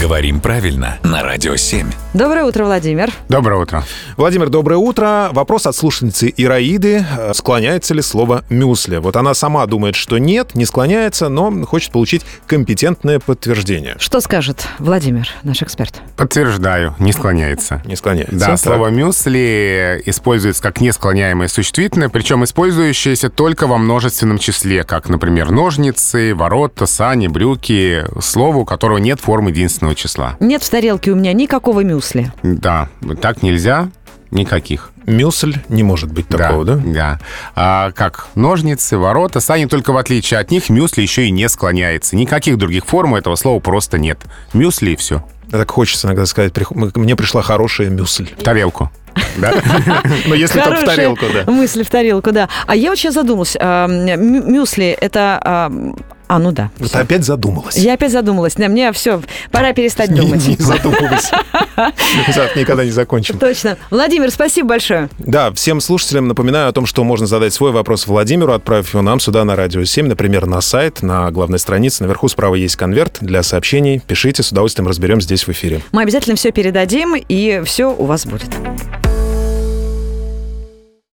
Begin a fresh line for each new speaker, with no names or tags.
Говорим правильно на Радио 7.
Доброе утро, Владимир.
Доброе утро.
Владимир, доброе утро. Вопрос от слушательницы Ираиды. Э, Склоняется ли слово «мюсли»? Вот она сама думает, что нет, не склоняется, но хочет получить компетентное подтверждение.
Что скажет Владимир, наш эксперт?
Подтверждаю, не склоняется.
Не склоняется.
Да,
Так.
слово «мюсли» используется как несклоняемое существительное, причем использующееся только во множественном числе, как, например, ножницы, ворота, сани, брюки, слово, у которого нет формы единственного числа.
Нет в тарелке у меня никакого мюсли.
Да, так нельзя, никаких.
«Мюсль» не может быть такого, да?
Да. А, как ножницы, ворота, сани, только в отличие от них, мюсли еще и не склоняется. Никаких других форм у этого слова просто нет. Мюсли и все.
Так хочется иногда сказать, «Прих- м- мне пришла хорошая мюсль.
В тарелку. Да?
Но Ну, если только в тарелку, да.
мысль в тарелку, да. А я вот сейчас задумалась. а, мю- Мюсли — это... а, А, ну да.
Вот опять задумалась.
Я опять задумалась. Да, мне все, пора перестать
Не,
думать.
не задумывайся. Завтра Никогда не закончим.
Точно. Владимир, спасибо большое.
Да, всем слушателям напоминаю о том, что можно задать свой вопрос Владимиру, отправив его нам сюда на Радио 7, например, на сайт, на главной странице. Наверху справа есть конверт для сообщений. Пишите, с удовольствием разберем здесь в эфире.
Мы обязательно все передадим, и все у вас будет.